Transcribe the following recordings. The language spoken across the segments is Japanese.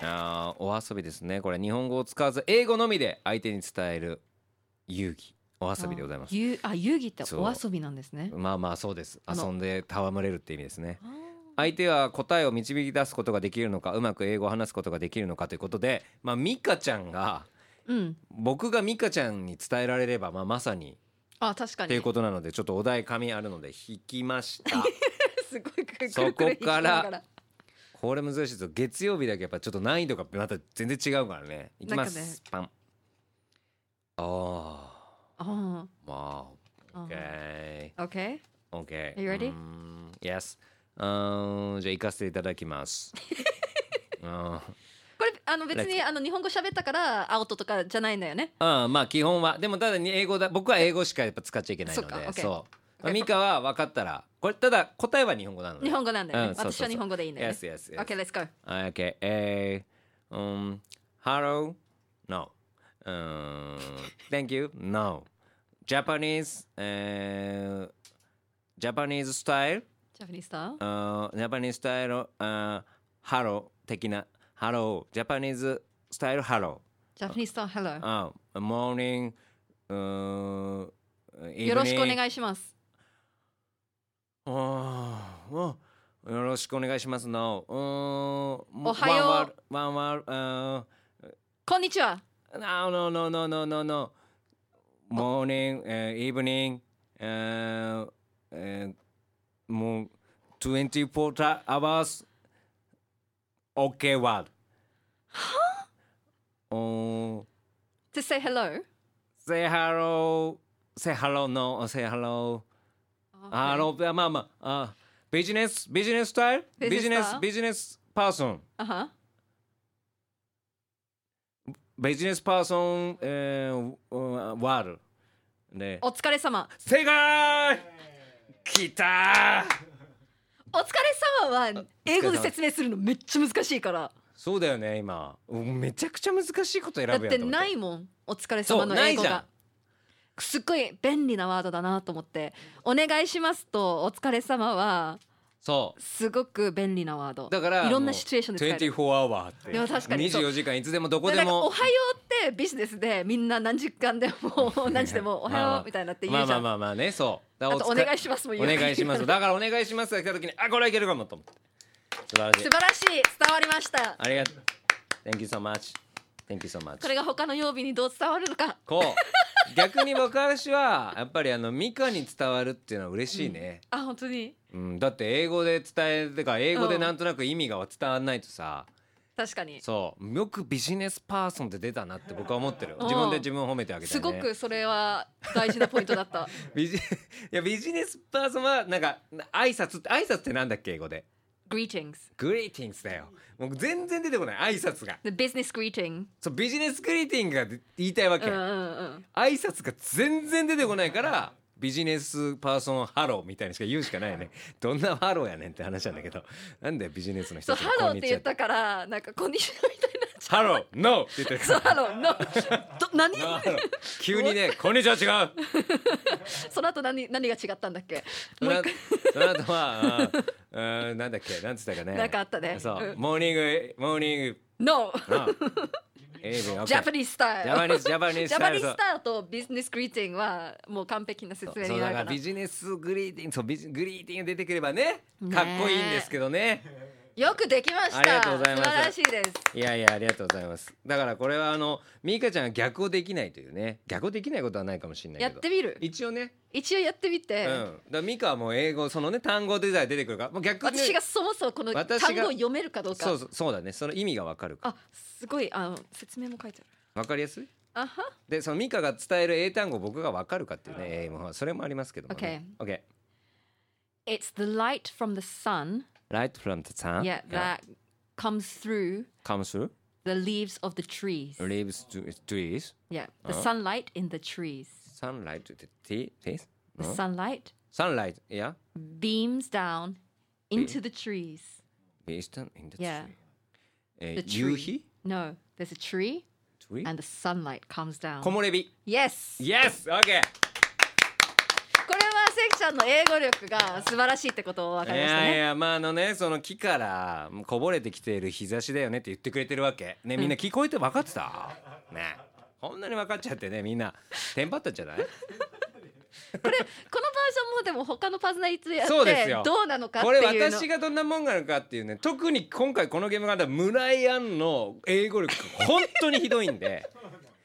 あーお遊びですねこれ日本語を使わず英語のみで相手に伝える遊戯お遊びでございますゆうあ、遊戯ってそうお遊びなんですね。まあまあそうですあの遊んで戯れるって意味ですねあー相手は答えを導き出すことができるのかうまく英語を話すことができるのかということで、まあ、ミカちゃんがうん。僕がミカちゃんに伝えられれば、まあ、まさにあ、確かっていう に。ことなのでちょっとお題紙あるので引きました すごいくるくそるくるこから引きながこれ難しいですよ月曜日だけやっぱちょっと難易度がまた全然違うからねいきます、なんかねパンあああまああ。 OK OK? Okay. Are you ready? Mm, yes. うーんじゃあ行かせていただき ます。あこれあの別にあの日本語喋ったからアウトとかじゃないんだよね。あまあ基本はでもただに英語だ僕は英語しかやっぱ使っちゃいけないのでそっか OK そう。まあ OK ミカは分かったらこれただ答えは日本語なので。日本語なんだよね。うんそうそう私そうは日本語でいいんだよね Yes,。yes, yes. OK, let's go. Uh, okay. Eh, um, hello? No. Uh, thank you? No. Japanese? Uh, Japanese style? ジャパニースター。あージャパニーズスタイルあーハロー的なハロージャパニーズスタイルハロジャパニースター、ー Hello. あーモーニングよろしくお願いいします。よろしくお願いしますのおおはようワンワールワンワーこんにちは。ル no no no no no no モーニングイブニングもう24 hours OK word おー To say hello. Say hello Say hello no Say hello Hello まあまああビジネスビジネススタイルビジネ Business ス style ビジネスパーソンあは。ビジネスパーソンえーうんワールドでお疲れ様。正解きたーお疲れ様は英語で説明するのめっちゃ難しいから。そうだよね今うんめちゃくちゃ難しいこと選ぶだやっんとて思ないもんお疲れそう様の英語ないじゃんがすっごい便利なワードだなと思って「お願いします」と「お疲れ様はそうすごく便利なワードだからいろんなシチュエーションで使え24る hour っていや確かにそう24時間いつでもどこだでからおもはよう」ってビジネスでみんな何時間で も何時でも「おはまあまよあう」みたいなってま言あうじまゃあんあまあまあねそうだからとお「お疲れ願いします」もお言う願いし ますだからお願いしますが来た時にあこれはいけるかもと思って素晴らしい素晴らしい伝わりましたありがとう Thank you so much Thank you so much これが他の曜日にどう伝わるのかこう逆に僕私はやっぱりあのミカに伝わるっていうのは嬉しいね、あ本当にうんだって英語で伝えるてか英語でなんとなく意味が伝わんないとさ、確かにそうよくビジネスパーソンって出たなって僕は思ってるうん自分で自分を褒めてあげたすいねごくそれは大事なポイントだった ビジ いやビジネスパーソンはなんか挨拶って挨拶ってなんだっけ英語で Greetings グリーティングスだよもう全然出てこない挨拶が The business greeting そうビジネスグリーティングが言いたいわけ、うんうんうん挨拶が全然出てこないからビジネスパーソンハローみたいにしか言うしかないねどんなハローやねんって話なんだけどなんだよビジネスの人そう、たちがハロこんーにってち言はったから、なんか、こんにちはみたいになっちゃハローノーって言ってるう。そう、ハロー、の、ど、何、ハロー急にね「こんにちは違う!」その後、何、何が違ったんだっけ。そもうの一後回、その後はあーうーんなんだっけなんつったかねなんかあったねそう、うんモーニングモーニングの、あエイブン OK ジャパニーズスタイジャパニール。ズジャパニーズジャパニーズそうスタイルとビジネスグリーティングは、もう完璧な説明そにうだかなるらかなビ。ジネスグリーティングそうビジグリーティング出てくればねかっこいいんですけどねよくできました。ありがとうございます素晴らしいです。いやいやありがとうございますだからこれはあのミカちゃんが逆をできないというね逆をできないことはないかもしれないけやどってみる。一応ね、一応やってみうん、だて。からミカはもう英語そのね単語でさえ出てくるからもう逆に私がそもそもこの単私が語を読めるかどうそかう。そうそうだねその意味がわかるかあ、すごい、あの、説明も書いてある。わかりやすいあは。でそのミカが伝える英単語を僕がわかるかっていうね英語はそれもありますけどもね OK It's the light from the sun. Light from the sun Yeah, that comes through comes through The leaves of the trees. Leaves to trees. Yeah. The sunlight in the trees. Sunlight to the tea- trees. The sunlight Sunlight. Yeah. beams down into the trees. Based on in the Yeah. tree. Eh, The tree. 夕日 No, there's a tree tree? and the sunlight comes down. 木漏れ日。 yes! Yes! Okay! これは関ちゃんの英語力が素晴らしいってことを分かいりましたやいね。やまああのねその木からこぼれてきている日差しだよねって言ってくれてるわけねみんな聞こえて分かってた、ねこんなに分かっちゃってねみんなテンパったんじゃ ないこのバージョンもでも他のパズナイツやっそうですてよどうなのかってこいれうの私がどんなもんなのかっていうね特に今回このゲームがあった村井アンの英語力本当にひどいんで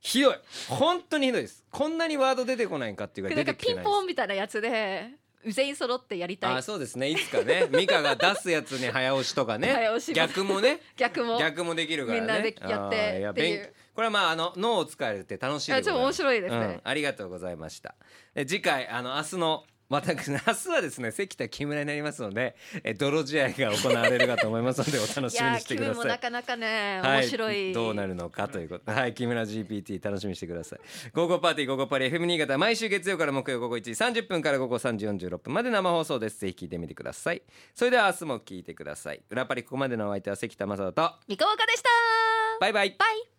ひどい本当にひどいですこんなにワード出てこないんかっていうかな出んかてきてピないですンポンみたいなや つ で全員揃ってやりたあいそうですねいつか ね美香が出すやつに早押しとかね早押し逆もね 逆も逆もできるからね。みんなでやってあーいやっていう勉これはまああの脳を使えるって楽しいでございいやちょっと面白いですねうんありがとうございました。え次回あの明日の私 明日はですね関田木村になりますのでえ泥試合が行われるかと思いますのでお楽いしみやにーして気くだ分さもい。なかなかねは面白い、どうなるのかということはい木村 GPT 楽しみにしてください午後パーティー午後パリ FM 新潟毎週月曜から木曜午後1時30分から午後3時46分まで生放送ですぜひ聞いてみてくださいそれでは明日も聞いてください裏パリここまでのお相手は関田正人と三河岡でしたバイバイバイ